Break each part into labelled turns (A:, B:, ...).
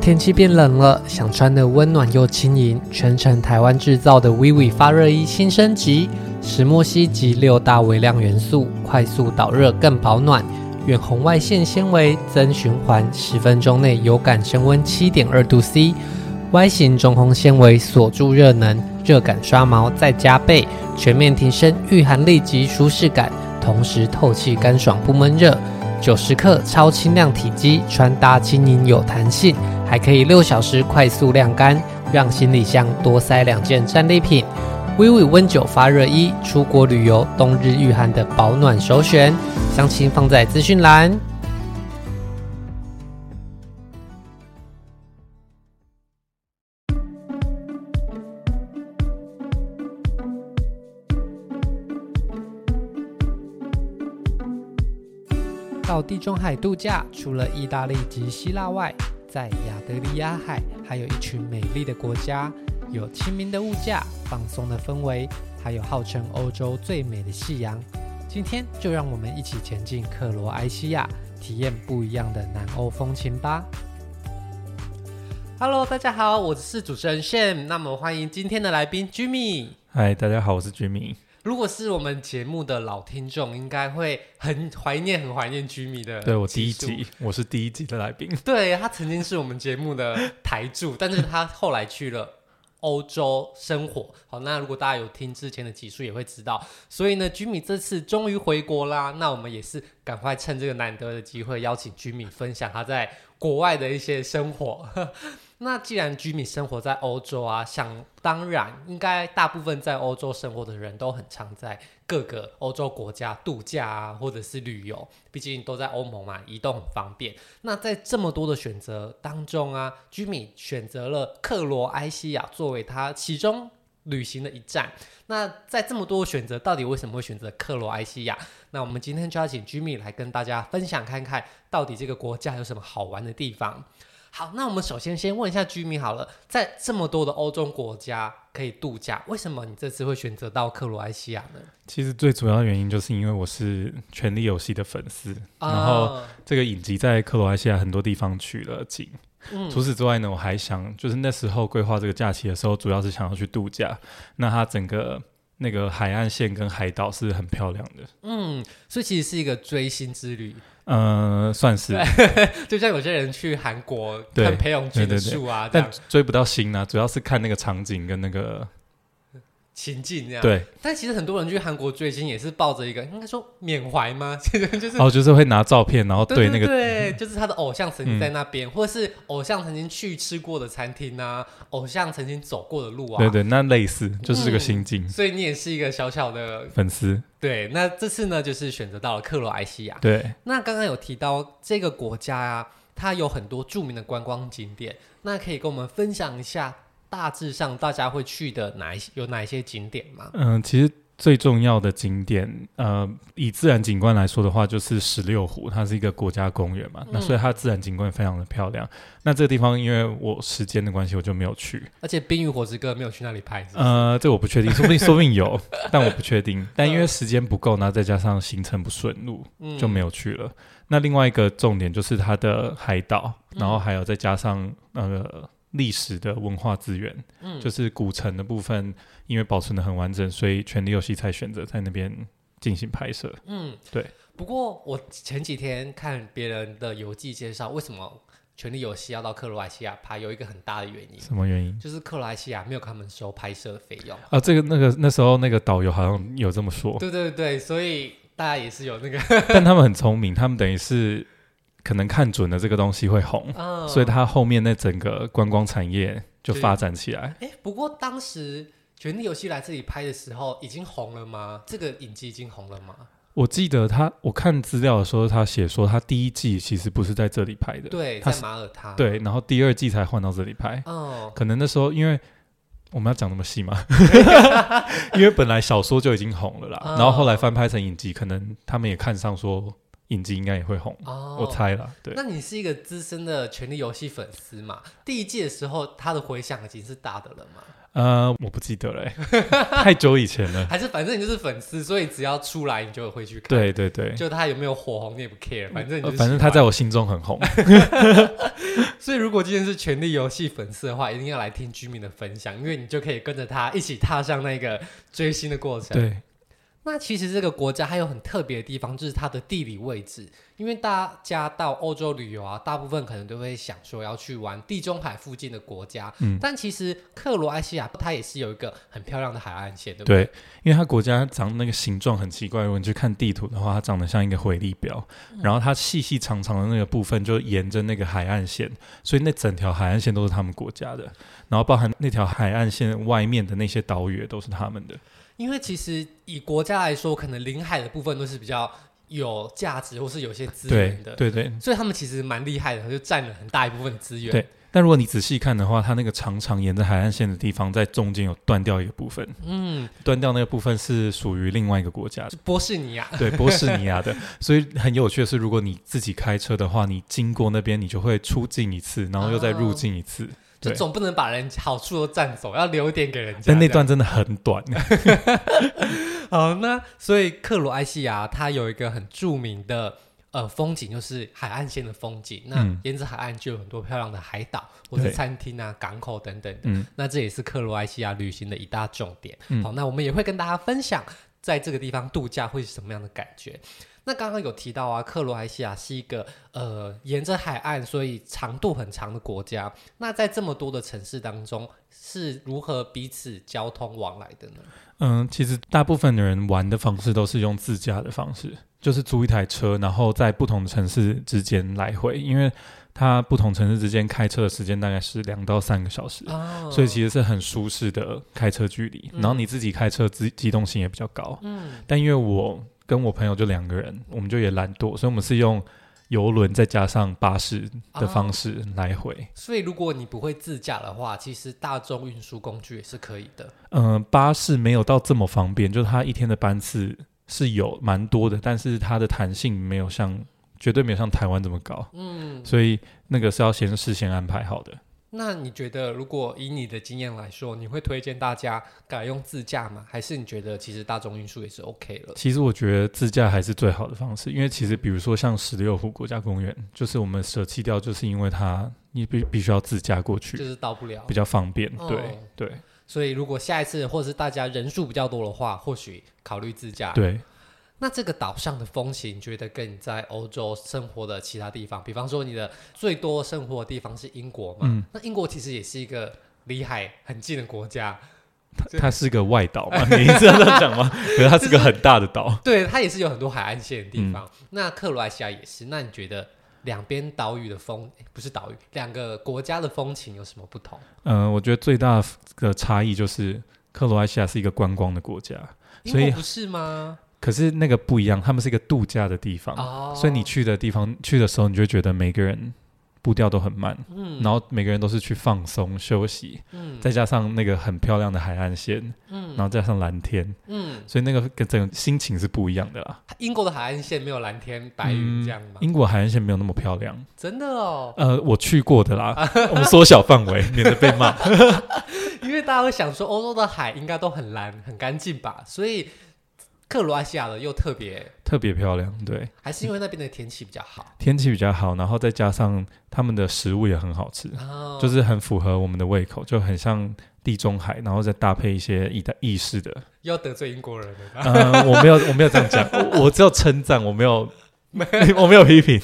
A: 天气变冷了，想穿的温暖又轻盈，全程台湾制造的 VIVI 发热衣新升级，石墨烯及六大微量元素，快速导热更保暖，远红外线纤维增循环，十分钟内有感升温七点二度 C。Y 型中空纤维锁住热能，热感刷毛再加倍，全面提升御寒力及舒适感，同时透气干爽不闷热。九十克超轻量体积，穿搭轻盈有弹性，还可以六小时快速晾干，让行李箱多塞两件战利品。vivo 温九发热衣，出国旅游冬日御寒的保暖首选，详情放在资讯栏。到地中海度假，除了意大利及希腊外，在亚得里亚海还有一群美丽的国家，有亲民的物价、放松的氛围，还有号称欧洲最美的夕阳。今天就让我们一起前进克罗埃西亚，体验不一样的南欧风情吧。Hello，大家好，我是主持人 Sham。那么欢迎今天的来宾 Jimmy。
B: 嗨，大家好，我是 Jimmy。
A: 如果是我们节目的老听众，应该会很怀念、很怀念 Jimmy 的。
B: 对我第一集，我是第一集的来宾。
A: 对他曾经是我们节目的台柱，但是他后来去了欧洲生活。好，那如果大家有听之前的集数，也会知道。所以呢居米这次终于回国啦，那我们也是赶快趁这个难得的机会，邀请居米分享他在国外的一些生活。 那既然居米生活在欧洲啊，想当然，应该大部分在欧洲生活的人都很常在各个欧洲国家度假啊，或者是旅游，毕竟都在欧盟嘛，移动很方便。那在这么多的选择当中啊，居米选择了克罗埃西亚作为他其中旅行的一站。那在这么多的选择，到底为什么会选择克罗埃西亚？那我们今天就要请居米来跟大家分享看看，到底这个国家有什么好玩的地方。好，那我们首先先问一下居民好了，在这么多的欧洲国家可以度假，为什么你这次会选择到克罗埃西亚呢？
B: 其实最主要原因就是因为我是《权力游戏》的粉丝，然后
A: 啊
B: 这个影集在克罗埃西亚很多地方取了景。
A: 嗯
B: 除此之外呢，我还想，就是那时候规划这个假期的时候，主要是想要去度假。那它整个那个海岸线跟海岛是很漂亮的，
A: 嗯，所以其实是一个追星之旅，
B: 呃，算是，
A: 就像有些人去韩国
B: 对
A: 看裴勇俊的
B: 对对对
A: 树啊，这
B: 但
A: 样
B: 追不到星呢、主要是看那个场景跟那个
A: 情境这样。
B: 对，
A: 但其实很多人去韩国追星也是抱着一个应该说缅怀吗？ 其实就是
B: 然后哦就是会拿照片，然后
A: 对
B: 那个嗯
A: 对，就是他的偶像曾经在那边，或者是偶像曾经去吃过的餐厅啊，偶像曾经走过的路啊。
B: 对对，那类似就是这个
A: 嗯
B: 心境。
A: 所以你也是一个小小的
B: 粉丝
A: 对，那这次呢，就是选择到了克罗埃西亚。
B: 对，
A: 那刚刚有提到这个国家啊，它有很多著名的观光景点，那可以跟我们分享一下大致上大家会去的哪一些有哪一些景点吗？
B: 嗯、其实最重要的景点，呃，以自然景观来说的话，就是十六湖，它是一个国家公园嘛，那
A: 嗯
B: 所以它自然景观非常的漂亮。那这个地方因为我时间的关系，我就没有去，
A: 而且《冰与火之歌》没有去那里拍是不是
B: 呃，这我不确定，说不定说不定有， 但我不确定。但因为时间不够，那再加上行程不顺路，
A: 嗯
B: 就没有去了。那另外一个重点就是它的海岛，
A: 嗯
B: 然后还有再加上那个。呃历史的文化资源，
A: 嗯
B: 就是古城的部分，因为保存的很完整，所以《权力游戏》才选择在那边进行拍摄。
A: 嗯，
B: 对。
A: 不过我前几天看别人的游记介绍，为什么《权力游戏》要到克罗埃西亚拍，有一个很大的原因，
B: 什么原因？
A: 就是克罗埃西亚没有给他们收拍摄的费用。
B: 啊，这个那个那时候那个导游好像有这 么说，
A: 对对对，所以大家也是有 那个，
B: 但他们很聪明，他们等于是可能看准了这个东西会红，
A: 嗯，
B: 所以他后面那整个观光产业就
A: 对
B: 发展起来。
A: 哎，不过当时《权力游戏》来这里拍的时候，已经红了吗？这个影集已经红了吗？
B: 我记得他，我看资料的时候，他写说他第一季其实不是在这里拍的，
A: 对，啊
B: 它
A: 在
B: 是
A: 马耳他。，
B: 对，然后第二季才换到这里 拍。
A: 哦，
B: 可能那时候因为我们要讲那么细 嘛，因为本来小说就已经红了啦，
A: 嗯
B: 然后后来翻拍成影集，可能他们也看上说影集应该也会红，
A: 哦，
B: 我猜啦。对，
A: 那你是一个资深的《权力游戏》粉丝嘛？第一季的时候，他的回响已经是大的了嘛？
B: 呃，我不记得 了、欸，太久以前了。
A: 还是反正你就是粉丝，所以只要出来你就会去看。
B: 对对对，
A: 就他有没有火红你也不 care，反正你就
B: 呃
A: 是喜欢、
B: 反正他在我心中很红。
A: 所以如果今天是《权力游戏》粉丝的话，一定要来听居民的分享，因为你就可以跟着他一起踏上那个追星的过程。
B: 对，
A: 那其实这个国家还有很特别的地方，就是它的地理位置。因为大家到欧洲旅游啊，大部分可能都会想说要去玩地中海附近的国家，
B: 嗯
A: 但其实克罗埃西亚它也是有一个很漂亮的海岸线，对不对？
B: 对，因为它国家长那个形状很奇怪，如果你去看地图的话，它长得像一个回力镖，
A: 嗯
B: 然后它细细长长的那个部分就沿着那个海岸线，所以那整条海岸线都是他们国家的，然后包含那条海岸线外面的那些岛屿也都是他们的。
A: 因为其实以国家来说，可能临海的部分都是比较有价值或是有些资
B: 对
A: 源的，
B: 对对。
A: 所以他们其实蛮厉害的，就占了很大一部分的资源。
B: 对但如果你仔细看的话，它那个长长沿着海岸线的地方，在中间有断掉一个部分，
A: 嗯，
B: 断掉那个部分是属于另外一个国家的，
A: 波士尼啊亚，
B: 啊对，波士尼亚的。所以很有趣的是，如果你自己开车的话，你经过那边，你就会出境一次，然后又再入境一次。
A: 就
B: 对，
A: 总不能把人好处都占走，要留一点给人家。
B: 但那段真的很短。
A: 好，哦那所以克罗埃西亚它有一个很著名的呃风景，就是海岸线的风景。那
B: 嗯
A: 沿着海岸就有很多漂亮的海岛，或是
B: 对
A: 餐厅啊、港口等等的。
B: 嗯，
A: 那这也是克罗埃西亚旅行的一大重点。
B: 嗯
A: 好，那我们也会跟大家分享，在这个地方度假会是什么样的感觉。那刚刚有提到啊，克罗埃西亚是一个呃沿着海岸，所以长度很长的国家。那在这么多的城市当中，是如何彼此交通往来的呢？
B: 嗯，其实大部分的人玩的方式都是用自驾的方式，就是租一台车，然后在不同的城市之间来回，因为它不同城市之间开车的时间大概是两到三个小时。
A: 哦
B: 所以其实是很舒适的开车距离，
A: 嗯
B: 然后你自己开车机机动性也比较高。
A: 嗯。
B: 但因为我跟我朋友就两个人，我们就也懒惰，所以我们是用游轮再加上巴士的方式来回。
A: 所以，如果你不会自驾的话，其实大众运输工具也是可以的。
B: 嗯、巴士没有到这么方便，就是它一天的班次是有蛮多的，但是它的弹性没有像绝对没有像台湾这么高，
A: 嗯，
B: 所以那个是要先事先安排好的。
A: 那你觉得，如果以你的经验来说，你会推荐大家改用自驾吗？还是你觉得其实大众运输也是 OK 了？
B: 其实我觉得自驾还是最好的方式，因为其实比如说像十六湖国家公园，就是我们舍弃掉，就是因为它你必必须要自驾嗯过
A: 就
B: 去，
A: 是到不了
B: 比。较方便。
A: 哦
B: 对对
A: 所以，如果下一次或者是大家人数比较多的话，或许考虑自驾。，
B: 对，
A: 那这个岛上的风情，你觉得跟你在欧洲生活的其他地方，比方说你的最多生活的地方是英国嘛？
B: 嗯
A: 那英国其实也是一个离海很近的国家。
B: 它它是个外岛嘛， 你知道这样 讲吗？可是它是个很大的岛。
A: 对，它也是有很多海岸线的地方。
B: 嗯
A: 那克罗埃西亚也是。那你觉得两边岛屿的风，诶不是岛屿，两个国家的风情有什么不同？
B: 嗯、我觉得最大的差异就是克罗埃西亚是一个观光的国家，所以
A: 英国不是吗？
B: 可是那个不一样，他们是一个度假的地方，
A: 哦，
B: 啊所以你去的地方去的时候，你就会觉得每个人步调都很慢，
A: 嗯
B: 然后每个人都是去放松休息。
A: 嗯
B: 再加上那个很漂亮的海岸线，然
A: 嗯
B: 后加上蓝天，
A: 嗯，
B: 所以那个跟整个心情是不一样的啦。嗯
A: 英国的海岸线没有蓝天白云这样吗？
B: 英国海岸线没有那么漂亮，
A: 真的哦，
B: 呃，我去过的啦， 我们缩小范围， 免得被骂。
A: 因为大家会想说欧洲的海应该都很蓝很干净吧，所以克罗埃西亚的又特别，
B: 特别漂亮，对，
A: 还是因为那边的天气比较好。
B: 天气比较好，然后再加上他们的食物也很好吃，
A: 哦，
B: 就是很符合我们的胃口，就很像地中海，然后再搭配一些意大意式 的。
A: 又要得罪英国人了吧。
B: 呃，我没有，我没有这样 讲，我我只有称赞，我没有， 我没有批评。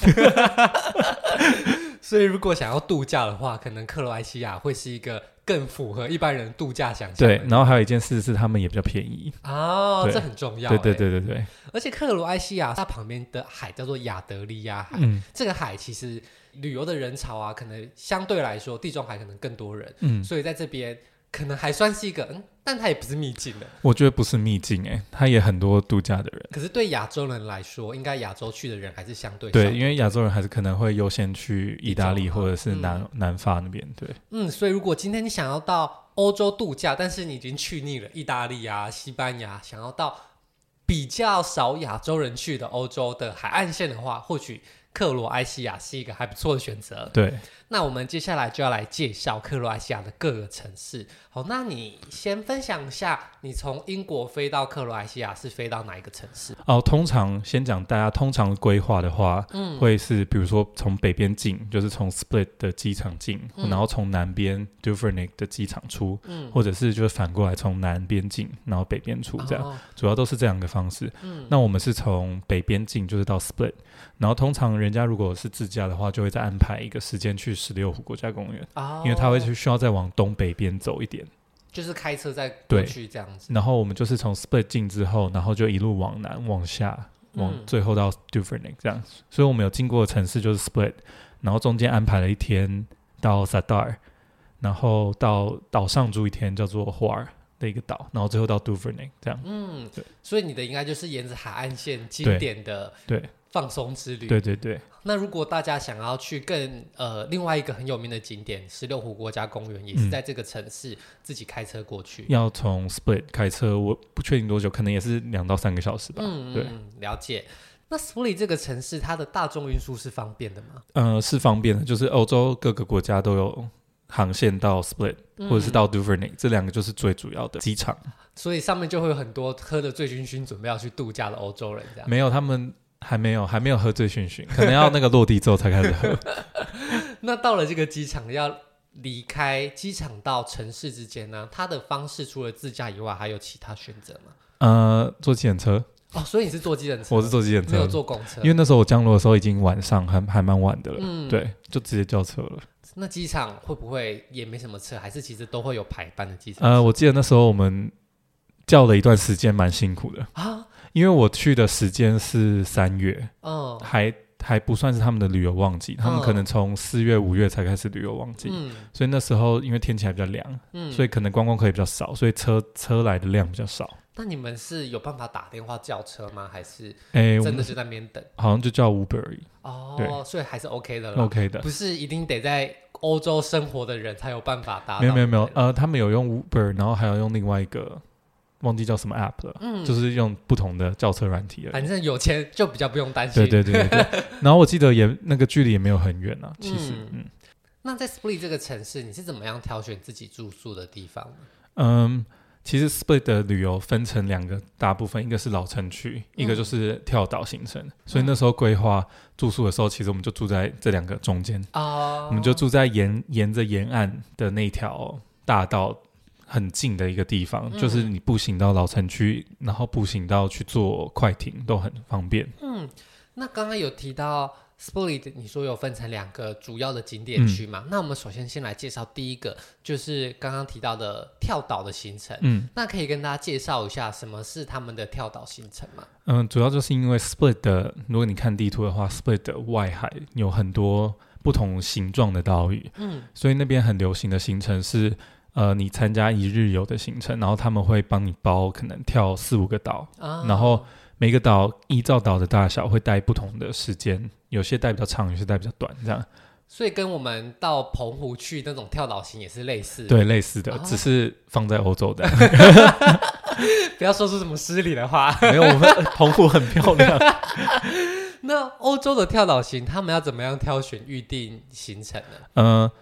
A: 所以，如果想要度假的话，可能克罗埃西亚会是一个更符合一般人度假想象
B: 对
A: 的。，
B: 然后还有一件事是，他们也比较便宜。
A: 哦，
B: 对
A: 这很重要。
B: 对对。对对对，
A: 而且克罗埃西亚它旁边的海叫做亚得利亚海，
B: 嗯
A: 这个海其实旅游的人潮啊，可能相对来说地中海可能更多人，
B: 嗯，
A: 所以在这边可能还算是一个，嗯，但它也不是秘境的。
B: 我觉得不是秘境诶、欸他也很多度假的人，
A: 可是对亚洲人来说，应该亚洲去的人还是相对少
B: 对，。因为亚洲人还是可能会优先去意大利或者是南、南法那边，对，
A: 嗯，所以如果今天你想要到欧洲度假，但是你已经去腻了意大利啊、西班牙，想要到比较少亚洲人去的欧洲的海岸线的话，或许克罗埃西亚是一个还不错的选择。
B: 对，
A: 那我们接下来就要来介绍克罗埃西亚的各个城市。好，那你先分享一下，你从英国飞到克罗埃西亚是飞到哪一个城市？
B: 哦，通常先讲大家通常规划的话，
A: 嗯
B: 会是比如说从北边进，就是从 Split 的机场进，
A: 嗯
B: 然后从南边 Duvernay 的机场出，
A: 嗯，
B: 或者是就是反过来从南边进，然后北边出，这样、
A: 哦
B: 主要都是这两个方式。
A: 嗯
B: 那我们是从北边进，就是到 Split，然后通常人家如果是自驾的话，就会再安排一个时间去十六湖国家公园，
A: 哦
B: 因为他会去需要再往东北边走一点。
A: 就是开车再过
B: 对
A: 去这样子。
B: 然后我们就是从 Split 进之后，然后就一路往南往下，往
A: 嗯
B: 最后到 Duvernay 这样。所以我们有经过的城市就是 Split，然后中间安排了一天到 Sadar，然后到岛上住一天叫做 h u a 的一个岛，然后最后到 Duvernay 这样。
A: 嗯
B: 对，
A: 所以你的应该就是沿着海岸线经
B: 对
A: 典的
B: 对
A: 放松之旅。
B: 对对对，
A: 那如果大家想要去更呃另外一个很有名的景点十六湖国家公园，也是
B: 嗯
A: 在这个城市自己开车过去。
B: 要从 Split 开车，我不确定多久，可能也是两到三个小时吧。
A: 嗯，
B: 对
A: 嗯，了解。那苏黎这个城市，它的大众运输是方便的吗？
B: 呃，是方便的，就是欧洲各个国家都有航线到 Split
A: 嗯
B: 或者是到 Duvernay，、这两个就是最主要的机场。
A: 所以上面就会有很多喝的醉醺醺，准备要去度假的欧洲人这样。
B: 没有，他们还没有，还没有喝醉醺醺，可能要那个落地之后才开 始喝。
A: 那到了这个机场，要离开机场到城市之间呢，它的方式除了自驾以外，还有其他选择吗？
B: 呃，坐计程车，
A: 哦，所以你是坐机人车，
B: 我是坐计程
A: 没有
B: 车，
A: 坐公车
B: 因，为那时候我降落的时候已经晚上，还还蛮晚的了。
A: 嗯，。
B: 对，就直接叫车了。
A: 那机场会不会也没什么车，还是其实都会有排班的机场？
B: 呃，我记得那时候我们叫了一段时间，蛮辛苦的，
A: 啊，
B: 因为我去的时间是三月，
A: 嗯
B: 还还不算是他们的旅游旺季，他们
A: 嗯
B: 可能从四月、五月才开始旅游旺季，
A: 嗯
B: 所以那时候因为天气还比较凉，
A: 嗯，
B: 所以可能观光客也比较少，所以车车来的量比较少。
A: 那你们是有办法打电话叫车吗？还是
B: 哎、我
A: 真的
B: 们
A: 是在那边等？
B: 好像就叫 Uber 而已
A: 哦，
B: 对
A: 所以还是 OK 的啦
B: OK 的，
A: 不是一定得在欧洲生活的人才有办法打。
B: 没有没有没有，，呃，他们有用 Uber，然后还有用另外一个忘记叫什么 App 了，
A: 嗯，
B: 就是用不同的叫车软体而已。
A: 反正有钱就比较不用担心。
B: 对对对对 对。然后我记得也那个距离也没有很远啊，其实
A: 嗯
B: 嗯
A: 那在 Split 这个城市，你是怎么样挑选自己住宿的地方呢？
B: 嗯，其实 Split 的旅游分成两个大部分，一个是老城区，一
A: 嗯
B: 个就是跳岛行程。所以那时候规划住宿的时候，其实我们就住在这两个中间，
A: 哦，
B: 我们就住在沿沿着沿岸的那条大道很近的一个地方，
A: 嗯
B: 就是你步行到老城区，然后步行到去坐快艇都很方便。
A: 嗯那刚刚有提到 Split，你说有分成两个主要的景
B: 嗯
A: 点区嘛？那我们首先先来介绍第一个，就是刚刚提到的跳岛的行程。
B: 嗯
A: 那可以跟大家介绍一下什么是他们的跳岛行程吗？
B: 嗯，主要就是因为 Split 的，如果你看地图的话，Split 的外海有很多不同形状的岛屿，
A: 嗯，
B: 所以那边很流行的行程是。呃，你参加一日游的行程，然后他们会帮你包，可能跳四五个岛，
A: 啊
B: 然后每个岛依照岛的大小会待不同的时间，有些待比较长，有些待比较短，这样。
A: 所以跟我们到澎湖去那种跳岛型也是类似。，
B: 对，类似的，
A: 哦
B: 只是放在欧洲的。
A: 不要说出什么失礼的话。
B: 没有，我们呃澎湖很漂亮。
A: 那欧洲的跳岛型，他们要怎么样挑选预定行程呢？
B: 呃，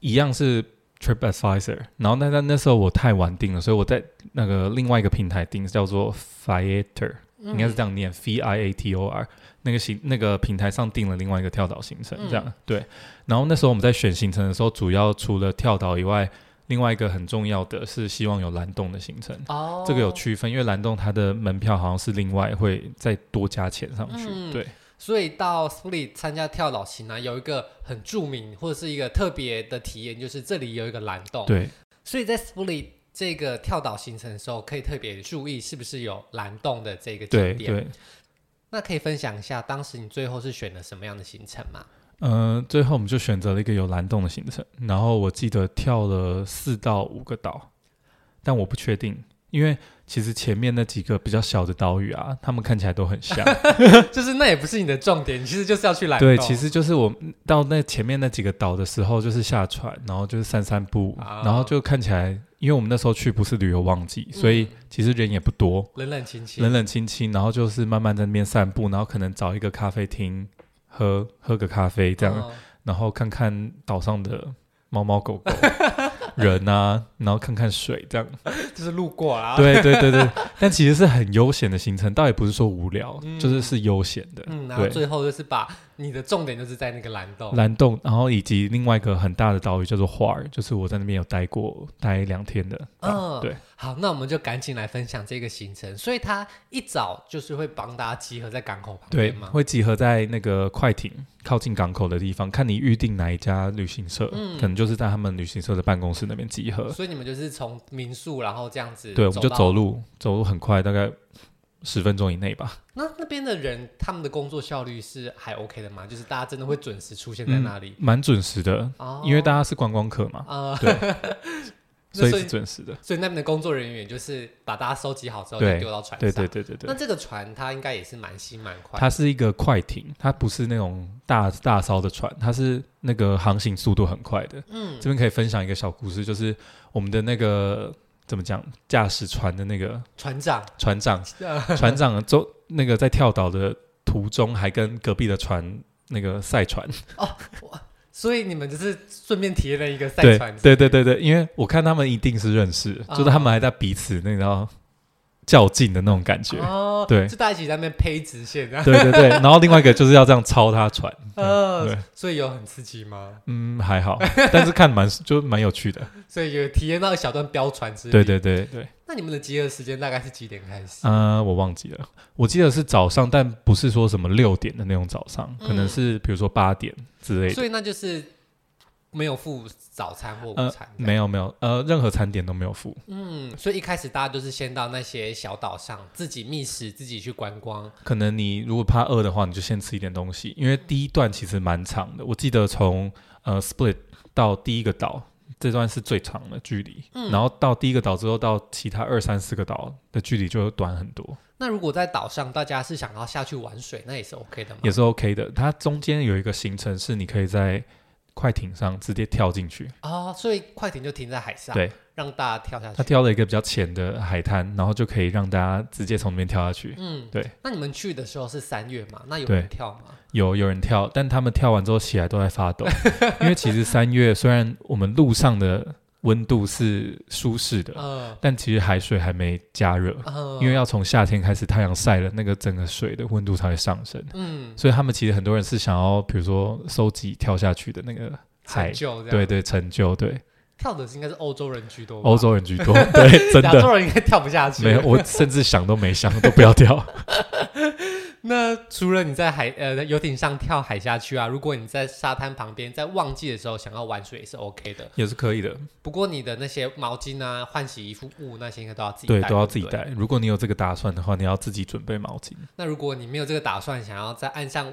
B: 一样是 TripAdvisor，然后那那那时候我太晚订了，所以我在那个另外一个平台订，叫做 Fiator，
A: 嗯
B: 应该是这样念，F I A T O R。那个行那个平台上订了另外一个跳岛行程，
A: 嗯
B: 这样、对。然后那时候我们在选行程的时候，主要除了跳岛以外，另外一个很重要的是希望有蓝洞的行程。
A: 哦，
B: 这个有区分，因为蓝洞它的门票好像是另外会再多加钱上去。
A: 嗯
B: 对，
A: 所以到 Split 参加跳岛型呢，有一个很著名或者是一个特别的体验，就是这里有一个蓝洞。，
B: 对，
A: 所以在 Split 这个跳岛行程的时候，可以特别注意是不是有蓝洞的这个
B: 对，
A: 景点。
B: 对。
A: 那可以分享一下当时你最后是选了什么样的行程吗？
B: 呃，最后我们就选择了一个有蓝洞的行程，然后我记得跳了四到五个岛，但我不确定，因为其实前面那几个比较小的岛屿啊，他们看起来都 很像。
A: 就是那也不是你的重点，你其实就是要去蓝洞。
B: 对，其实就是我到那前面那几个岛的时候，就是下船，然后就是散散步，
A: 啊
B: 然后就看起来，因为我们那时候去不是旅游旺季，所以其实人也不多，
A: 冷冷清清，
B: 冷冷清清，然后就是慢慢在那边散步，然后可能找一个咖啡厅喝喝个咖啡这样，
A: 嗯
B: 然后看看岛上的猫猫 狗狗人啊，然后看看水这样。
A: 就是路过啊啦。，
B: 对对对对， 但其实是很悠闲的行程，倒也不是说无聊，
A: 嗯
B: 就是是悠闲的。
A: 嗯，然后
B: 对，
A: 最后就是把你的重点就是在那个蓝洞。
B: 蓝洞，然后以及另外一个很大的岛屿叫做花儿，就是我在那边有待过待两天的。
A: 嗯，
B: 啊对。
A: 好，那我们就赶紧来分享这个行程。所以他一早就是会帮大家集合在港口旁
B: 对
A: 边，吗？
B: 会集合在那个快艇靠近港口的地方，看你预定哪一家旅行社，
A: 嗯
B: 可能就是在他们旅行社的办公室那边集合。
A: 所以你们就是从民宿，然后这样子，
B: 对，我们就走
A: 路。
B: 路，走路很快，大概十分钟以内吧。
A: 那那边的人，他们的工作效率是还 OK 的吗？就是大家真的会准时出现在那里？
B: 蛮准时的，
A: 哦
B: 嗯因为大家是观光客嘛，
A: 呃，
B: 对
A: 那
B: 所以
A: 所
B: 是
A: 以
B: 准时的。
A: 所以那边的工作人员就是把大家收集好之后，再
B: 对
A: 丢到船上。
B: 对对对对对
A: 那。这个船它应该也是蛮新蛮快的，
B: 它是一个快艇，它不是那种大大艘的船，它是那个航行速度很快的。嗯，这边可以分享一个小故事，就是我们的那个怎么讲，驾驶船的那个
A: 船 长
B: 船长，船长周那个在跳岛的途中还跟隔壁的船。那个赛船，
A: 所以你们就是顺便体验了一个赛
B: 对
A: 船，
B: 对对对对，因为我看他们一定是认识，
A: 啊
B: 就是他们还在彼此那个较劲的那种感觉，
A: 哦，
B: 对
A: 就大家一起在那边配直线， 啊然后
B: 对对对。然后另外一个就是要这样超他船，嗯对
A: 呃，所以有很刺激吗？
B: 嗯，还好，但是看蛮就蛮有 趣的，
A: 所以有体验到一小段飙船之旅。
B: 对。对对对，
A: 那你们的集合时间大概是几点开始？
B: 呃，我忘记了，我记得是早上，但不是说什么六点的那种早上，可能
A: 嗯
B: 是比如说八点之类的。
A: 所以那就是没有付早餐或午
B: 呃
A: 餐、，
B: 没。有没有，呃，任何餐点都没有付，
A: 嗯，所以一开始大家都是先到那些小岛上自己觅食，自己去观光。
B: 可能你如果怕饿的话，你就先吃一点东西，因为第一段其实蛮长的，我记得从呃 Split 到第一个岛。这段是最长的距离，
A: 嗯
B: 然后到第一个岛之后，到其他二三四个岛的距离就短很多，
A: 那如果在岛上大家是想要下去玩水，那也是 OK 的吗？
B: 也是 OK 的。它中间有一个行程是你可以在快艇上直接跳进去，
A: 哦，所以快艇就停在海上，
B: 对，
A: 让大家跳下
B: 他
A: 去。
B: 挑了一个比较浅的海滩，然后就可以让大家直接从那边跳下去。
A: 嗯，
B: 对。
A: 那你们去的时候是三月嘛？那有
B: 对
A: 人跳吗？
B: 有有人跳，但他们跳完之后起来都在 发抖，因为其实三月虽然我们路上的温度是舒适的，
A: 嗯
B: 但其实海水还没加热，
A: 嗯，
B: 因为要从夏天开始太阳晒了，那个整个水的温度才会上升。
A: 嗯
B: 所以他们其实很多人是想要，比如说收集跳下去的那个
A: 成，
B: 海
A: 就这样。
B: 对对，成就对，
A: 跳的是应该是欧洲人居多吧，
B: 欧洲人居多， 对，真
A: 亚
B: 的
A: 洲人应该跳不下去。啊
B: 没有，我甚至想都没想，都不要跳。
A: 那除了你在海呃游艇上跳海下去啊，如果你在沙滩旁边，在旺季的时候想要玩水也是 OK 的。
B: 也是可以的，
A: 不过你的那些毛巾啊、换洗衣服物那些应该都要自己带，
B: 对，都要自己
A: 对不对。
B: 带。如果你有这个打算的话，你要自己准备毛巾。
A: 那如果你没有这个打算，想要在岸上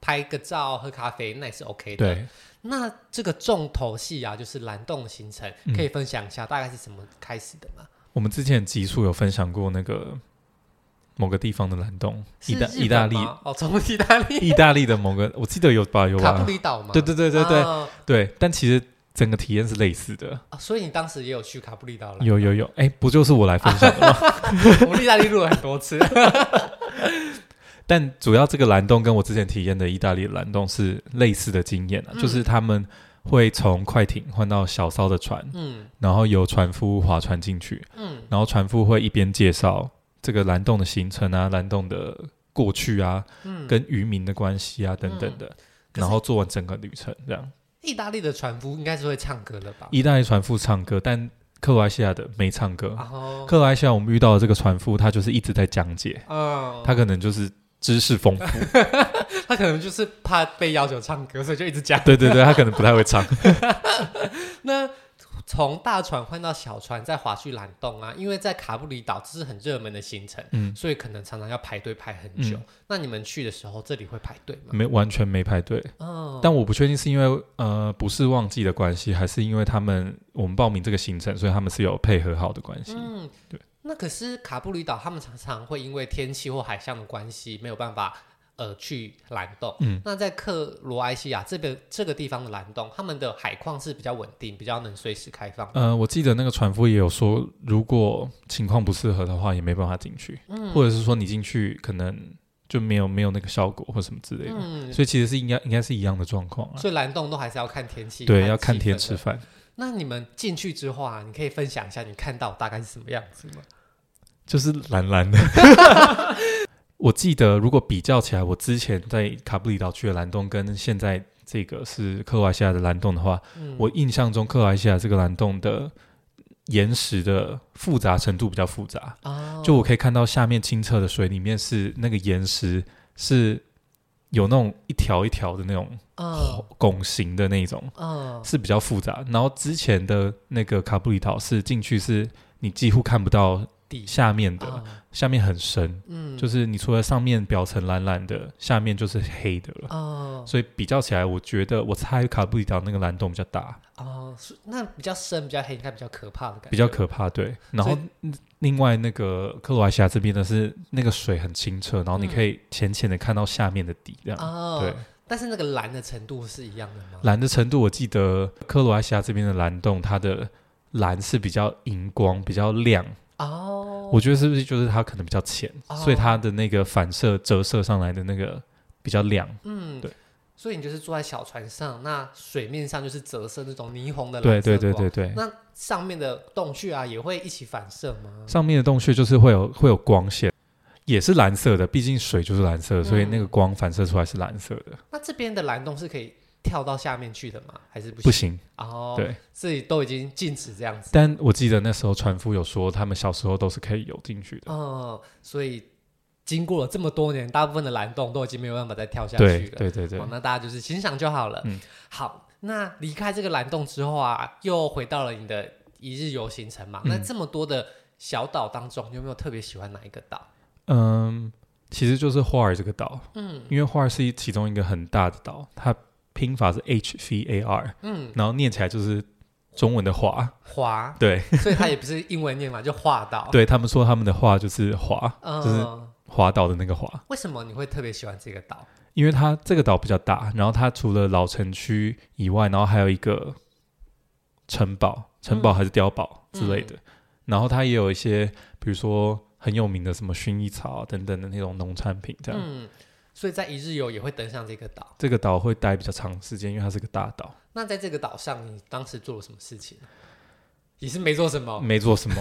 A: 拍个照、喝咖啡，那也是 OK 的。
B: 对，
A: 那这个重头戏啊，就是蓝洞行程，
B: 嗯
A: 可以分享一下大概是什么开始的吗？
B: 我们之前集数有分享过那个某个地方的蓝洞，
A: 是
B: 意大
A: 日
B: 意大
A: 本
B: 利
A: 吗哦，从意大利
B: 意大利的某个，我记得有吧有
A: 卡布
B: 吧，
A: 里岛吗？
B: 对对对对对、
A: 啊
B: 对，但其实整个体验是类似的。
A: 啊所以你当时也有去卡布里岛了？
B: 有有有，哎，不就是我来分享的吗？
A: 我们意大利录了很 多次。
B: 但主要这个蓝洞跟我之前体验的意大利的蓝洞是类似的经验啊，
A: 嗯
B: 就是他们会从快艇换到小艘的船，
A: 嗯
B: 然后由船夫划船进去，
A: 嗯
B: 然后船夫会一边介绍这个蓝洞的行程啊、蓝洞的过去啊、
A: 嗯，
B: 跟渔民的关系啊等等的，
A: 是
B: 然后做完整个旅程这样。
A: 意大利的船夫应该是会唱歌的吧？
B: 意大利船夫唱歌，但克罗埃西亚的没唱歌。
A: 然后，
B: 克罗埃西亚我们遇到的这个船夫，他就是一直在讲解，
A: 嗯，
B: 他可能就是知识丰富，
A: 他可能就是怕被要求唱歌，所以就一直讲。
B: 对对对，他可能不太会唱。
A: 那从大船换到小船，再划去蓝洞啊，因为在卡布里岛这是很热门的行程，
B: 嗯，
A: 所以可能常常要排队排很久。那你们去的时候，这里会排队吗？
B: 没完全没排队，
A: 嗯，
B: 但我不确定是因为呃不是旺季的关系，还是因为他们我们报名这个行程，所以他们是有配合好的关系。
A: 嗯
B: 对。
A: 那可是卡布里岛，他们常常会因为天气或海象的关系，没有办法呃去蓝洞。
B: 嗯，
A: 那在克罗埃西亚这边这个地方的蓝洞，他们的海况是比较稳定，比较能随时开放。
B: 呃，我记得那个船夫也有说，如果情况不适合的话，也没办法进去，
A: 嗯
B: 或者是说你进去可能就没有没有那个效果或什么之类的，
A: 嗯，
B: 所以其实是应该应该是一样的状况啊。
A: 所以蓝洞都还是要看天气，
B: 对，要看
A: 气
B: 天
A: 氛
B: 吃
A: 的。
B: 饭，
A: 那你们进去之后啊，你可以分享一下你看到大概是什么样子吗？
B: 就是蓝蓝的。 我记得，如果比较起来，我之前在卡布里岛去的蓝洞跟现在这个是克罗埃西亚的蓝洞的话，
A: 嗯，
B: 我印象中克罗埃西亚这个蓝洞的岩石的复杂程度比较复杂，
A: 啊，
B: 就我可以看到下面清澈的水里面是那个岩石是有那种一条一条的那种
A: 嗯
B: 拱形的那种，
A: 嗯
B: 是比较复杂。然后之前的那个卡布里岛是进去是你几乎看不到
A: 底
B: 下面的，
A: 啊
B: 下面很深，
A: 嗯
B: 就是你除了上面表层蓝蓝的，下面就是黑的了。
A: 哦
B: 所以比较起来，我觉得我猜卡布里岛那个蓝洞比较大，
A: 哦，是那比较深、比较黑，应该比较可怕的感觉，
B: 比较可怕。对，然后另外那个克罗埃西亚这边呢是那个水很清澈，然后你可以浅浅的看到下面的底这样。
A: 嗯哦
B: 对，
A: 但是那个蓝的程度是一样的吗？
B: 蓝的程度，我记得克罗埃西亚这边的蓝洞，它的蓝是比较荧光、比较亮，
A: 哦，
B: 我觉得是不是就是它可能比较浅，
A: 哦
B: 所以它的那个反射折射上来的那个比较亮。
A: 嗯，
B: 对，
A: 所以你就是坐在小船上，那水面上就是折射那种霓虹的
B: 对
A: 蓝色
B: 对
A: 光，
B: 对对对，
A: 那上面的洞穴啊也会一起反射吗？
B: 上面的洞穴就是会有会有光线，也是蓝色的，毕竟水就是蓝色的，所以
A: 嗯
B: 那个光反射出来是蓝色的，
A: 那这边的蓝洞是可以跳到下面去的吗？还是不
B: 不
A: 行？
B: 行。
A: 哦，
B: 对，
A: 自己都已经禁止这样子，
B: 但我记得那时候船夫有说，他们小时候都是可以游进去的。
A: 哦，所以经过了这么多年，大部分的蓝洞都已经没有办法再跳下去了。
B: 对对对对
A: 哦，，那大家就是欣赏就好了。
B: 嗯
A: 好，那离开这个蓝洞之后啊，又回到了你的一日游行程嘛。
B: 嗯
A: 那这么多的小岛当中，你有没有特别喜欢哪一个岛？
B: 嗯，其实就是花儿这个岛，
A: 嗯
B: 因为花儿是一其中一个很大的岛，它拼法是 H V A R，
A: 嗯，
B: 然后念起来就是中文的华。
A: 华，
B: 对，
A: 所以它也不是英文念嘛，就 华岛。，
B: 对他们说他们的话就是华，
A: 嗯、
B: 就是滑岛的那个华。
A: 为什么你会特别喜欢这个岛？
B: 因为它这个岛比较大，然后它除了老城区以外，然后还有一个城堡、城
A: 嗯
B: 堡还是碉堡之类的，然后它也有一些，比如说很有名的什么薰衣草啊等等的那种农产品，这样、
A: 嗯，所以在一日游也会登上这个岛。
B: 这个岛会待比较长时间，因为它是个大岛，
A: 那在这个岛上，你当时做了什么事情？也是没做什么，
B: 没做什 么。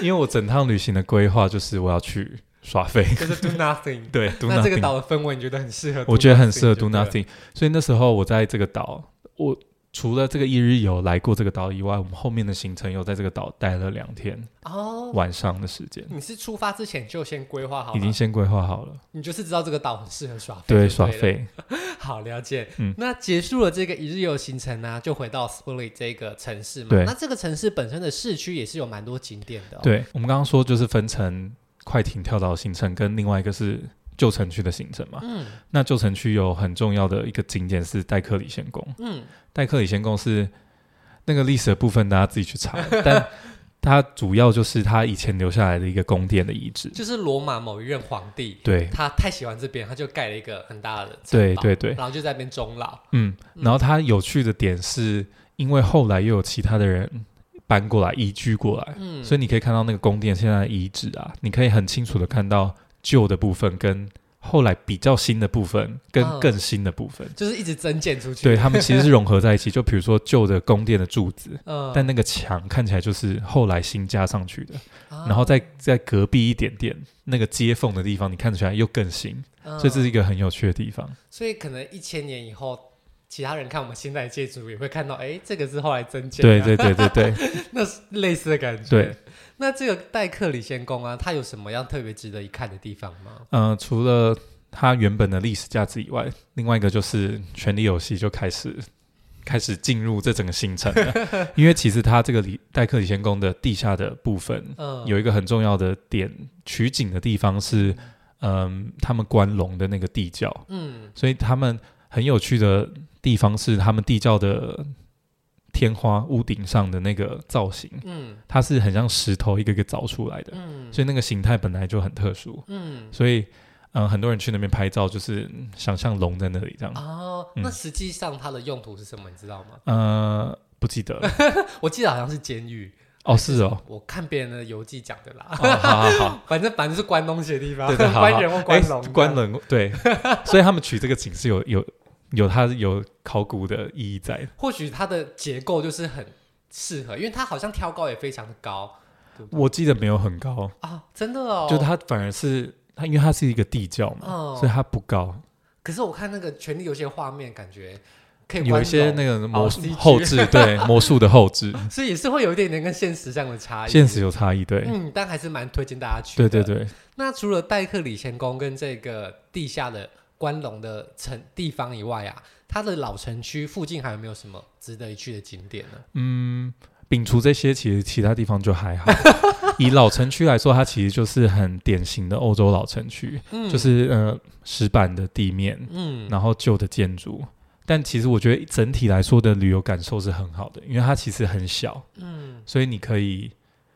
B: 因为我整趟旅行的规划就是我要去耍 废，
A: 就是 do nothing。
B: 对 ，do
A: 那这个
B: nothing。
A: 岛的氛围，你觉得很适合？
B: 我觉得很适合 do
A: 对了
B: nothing。所以那时候我在这个岛，我除了这个一日游来过这个岛以外，我们后面的行程又在这个岛待了两天
A: 哦。
B: 晚上的时间，
A: 你是出发之前就先规划好
B: 已经
A: 了，
B: 先规划好了。
A: 你就是知道这个岛很适合耍废，
B: 对，
A: 对，
B: 耍。废。
A: 好，了解。
B: 嗯
A: 那结束了这个一日游行程呢、就回到 Split 这个城市嘛。
B: 对
A: 那这个城市本身的市区也是有蛮多景点的、哦。，
B: 对我们刚刚说就是分成快艇跳岛的行程跟另外一个是旧城区的行程嘛。
A: 嗯
B: 那旧城区有很重要的一个景点是戴克里仙宫，
A: 嗯，
B: 戴克里仙宫是那个历史的部分，大家自己去 查，但。它主要就是它以前留下来的一个宫殿的遗址，
A: 就是罗马某一任皇帝，
B: 对，
A: 他太喜欢这边，他就盖了一个很大的
B: 对
A: 城堡
B: 对对
A: 然后就在那边终老。
B: 嗯，
A: 嗯
B: 然后它有趣的点是，因为后来又有其他的人搬过来移居过来，
A: 嗯，
B: 所以你可以看到那个宫殿现在的遗址啊，你可以很清楚的看到旧的部分跟后来比较新的部分跟
A: 嗯
B: 更新的部分，
A: 就是一直增建出去。
B: 对，他们其 实是融合在一起。就比如说旧的宫殿的柱子，
A: 嗯，
B: 但那个墙看起来就是后来新加上去的，
A: 啊
B: 然后在在隔壁一点点那个接缝的地方，你看起来又更新，
A: 嗯
B: 所以这是一个很有趣的地方。
A: 所以可能一千年以后，其他人看我们现在的建筑也会看到，哎，这个是后来增建
B: 对
A: 的，
B: 对对对对，
A: 那是类似的感觉。
B: 对，
A: 那这个代克里仙宫啊，它有什么样特别值得一看的地方吗？
B: 呃，除了它原本的历史价值以外，另外一个就是《权力游戏》就开始开始进入这整个行程 了。因为其实它这个里代克里仙宫的地下的部分，
A: 嗯，
B: 有一个很重要的点取景的地方是，嗯、他们关龙的那个地窖，
A: 嗯
B: 所以他们很有趣的地方是，他们地窖的天花屋顶上的那个造型，
A: 嗯
B: 它是很像石头一个一个凿出来的，
A: 嗯
B: 所以那个形态本来就很特殊，
A: 嗯，
B: 所以嗯、呃很多人去那边拍照就是想象龙在那里这样，
A: 哦，
B: 嗯
A: 那实际上它的用途是什么？你知道吗？
B: 呃，不记得了
A: 我记得好像是监狱，
B: 哦，是 哦，
A: 我看别人的游记讲的啦。
B: 哦，好好好。
A: 反正反正是关东西的地方，
B: 对对，好好
A: 关人或
B: 哎
A: 关龙、
B: 关。冷对，所以他们取这个景是有有有它有考古的意义在的。
A: 或许它的结构就是很适合，因为它好像挑高也非常的高
B: 我记得没有很高，
A: 啊，真的哦。
B: 就它反而是它，因为它是一个地窖嘛，
A: 哦
B: 所以它不高，
A: 可是我看那个《权力游戏》的画面，感觉可以
B: 有一些
A: 那，
B: 那个魔术
A: 哦，CG
B: 后置对魔术的后置，
A: 所以也是会有一点点跟现实上的 差异。
B: 现实有差异，对、
A: 嗯，但还是蛮推荐大家去。
B: 对对。对，
A: 那除了代客李乾宫跟这个地下的关龙的城地方以外啊，它的老城区附近还有没有什么值得一去的景点呢？
B: 嗯。摒除这些，其实其他地方就还 好。以老城区来说，它其实就是很典型的欧洲老城区，
A: 嗯
B: 就是呃石板的地面，
A: 嗯
B: 然后旧的建筑。但其实我觉得整体来说的旅游感受是很好的，因为它其实很小，
A: 嗯
B: 所以你可以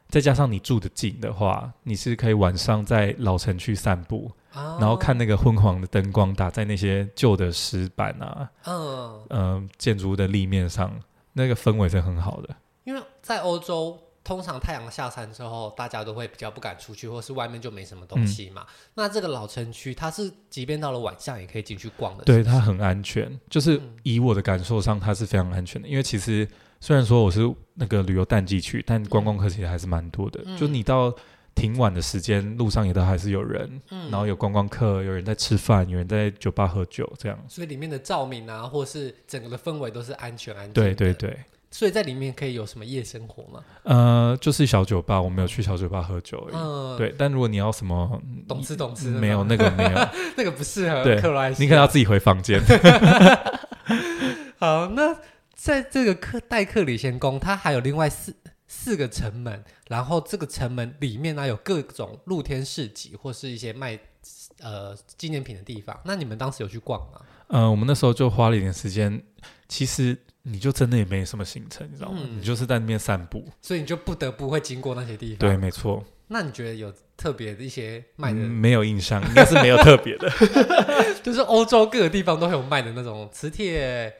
B: 再加上你住的近的话，你是可以晚上在老城区散步，
A: 啊
B: 然后看那个昏黄的灯光打在那些旧的石板啊，
A: 嗯，
B: 嗯、建筑的立面上，那个氛围是很好的。
A: 因为在欧洲，通常太阳下山之后，大家都会比较不敢出去，或是外面就没什么
B: 嗯
A: 东西嘛。那这个老城区，它是即便到了晚上也可以进去逛的。嗯
B: 对，
A: 是不
B: 它
A: 是
B: 很安全，就是以我的感受上，它是非常安全的。因为其实虽然说我是那个旅游淡季去，但观光客其实还是蛮多的。
A: 嗯
B: 就你到挺晚的时间，路上也都还是有人，
A: 嗯
B: 然后有观光客，有人在吃饭，有人在酒吧喝酒，这样。
A: 所以里面的照明啊，或是整个的氛围都是安全安全。
B: 对对。对，
A: 所以在里面可以有什么夜生活吗？
B: 呃，就是小酒吧，我没有去小酒吧喝酒而已。
A: 嗯，，
B: 对，但如果你要什么，
A: 懂吃懂吃。
B: 没有，那个没有，
A: 那个不适合
B: 对
A: 克罗埃西亚。
B: 你可能要自己回房间。
A: 好，那在这个克代克里先宫，它还有另外四四个城门，然后这个城门里面呢有各种露天市集或是一些卖呃纪念品的地方。那你们当时有去逛吗？
B: 呃，我们那时候就花了一点时间，其实你就真的也没什么行程，你知道吗？
A: 嗯
B: 你就是在那边散步。
A: 所以你就不得不会经过那些地方。
B: 对，，没错，
A: 那你觉得有特别的一些卖
B: 嗯
A: 的，
B: 没有印象，应该是没有特别的。
A: 就是欧洲各个地方都会有卖的那种磁铁。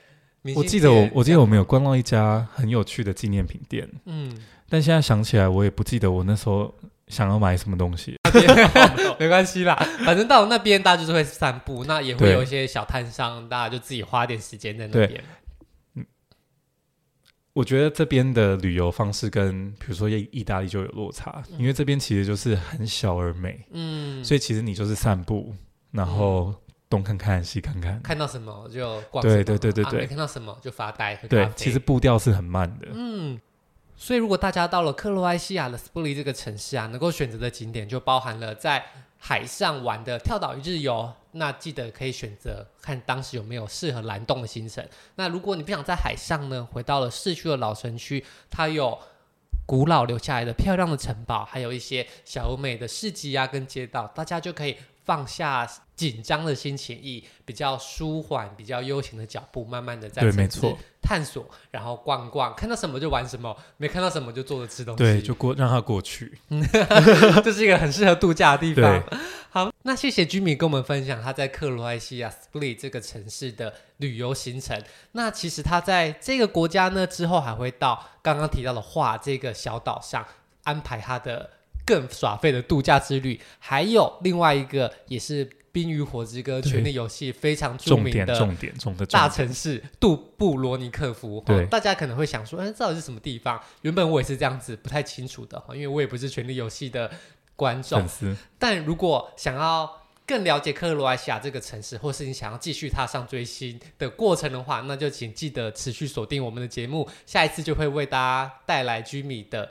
A: 明信
B: 我
A: 片
B: 记得我我记
A: 这样
B: 得我们有逛到一家很有趣的纪念品店，
A: 嗯，
B: 但现在想起来，我也不记得我那时候想要买什么东西。
A: 没关系啦，反正到那边大家就是会散步，那也会
B: 对
A: 有一些小摊商，大家就自己花点时间在那
B: 对
A: 边。
B: 我觉得这边的旅游方式跟比如说意意大利就有落差，因为这边其实就是很小而美，
A: 嗯，
B: 所以其实你就是散步，然后东看看西看看，
A: 看到什么就逛什么，
B: 对对对对
A: 啊
B: 对
A: 没看到什么就发呆。喝咖
B: 对
A: 啡，
B: 其实步调是很慢的。
A: 嗯，所以如果大家到了克罗埃西亚的斯布里这个城市啊，能够选择的景点就包含了在海上玩的跳岛一日游。那记得可以选择看当时有没有适合蓝洞的行程。那如果你不想在海上呢，回到了市区的老城区，它有古老留下来的漂亮的城堡，还有一些小而美的市集啊跟街道，大家就可以放下紧张的心情，以比较舒缓、比较悠闲的脚步，慢慢的在
B: 对
A: 城
B: 没
A: 市
B: 错
A: 探索，然后逛逛，看到什么就玩什么，没看到什么就坐着吃东西，
B: 对，就过让它过去。
A: 这是一个很适合度假的地方
B: 对。
A: 好，那谢谢居民跟我们分享他在克罗埃西亚 Split 这个城市的旅游行程。那其实他在这个国家呢之后还会到刚刚提到的画这个小岛上安排他的更耍废的度假之旅，还有另外一个也是《冰与火之歌》《
B: 对
A: 权力游戏》非常著
B: 重
A: 名
B: 点
A: 的
B: 重点重的重
A: 大
B: 点，
A: 城市杜布罗尼克夫，哦
B: 对
A: 大家可能会想说，哎，到底是什么地方？原本我也是这样子不太清楚的，哦因为我也不是《权力游戏》的观众
B: 粉。丝
A: 但如果想要更了解克罗埃西亚这个城市，或是你想要继续踏上追星的过程的话，那就请记得持续锁定我们的节目，下一次就会为大家带来居米的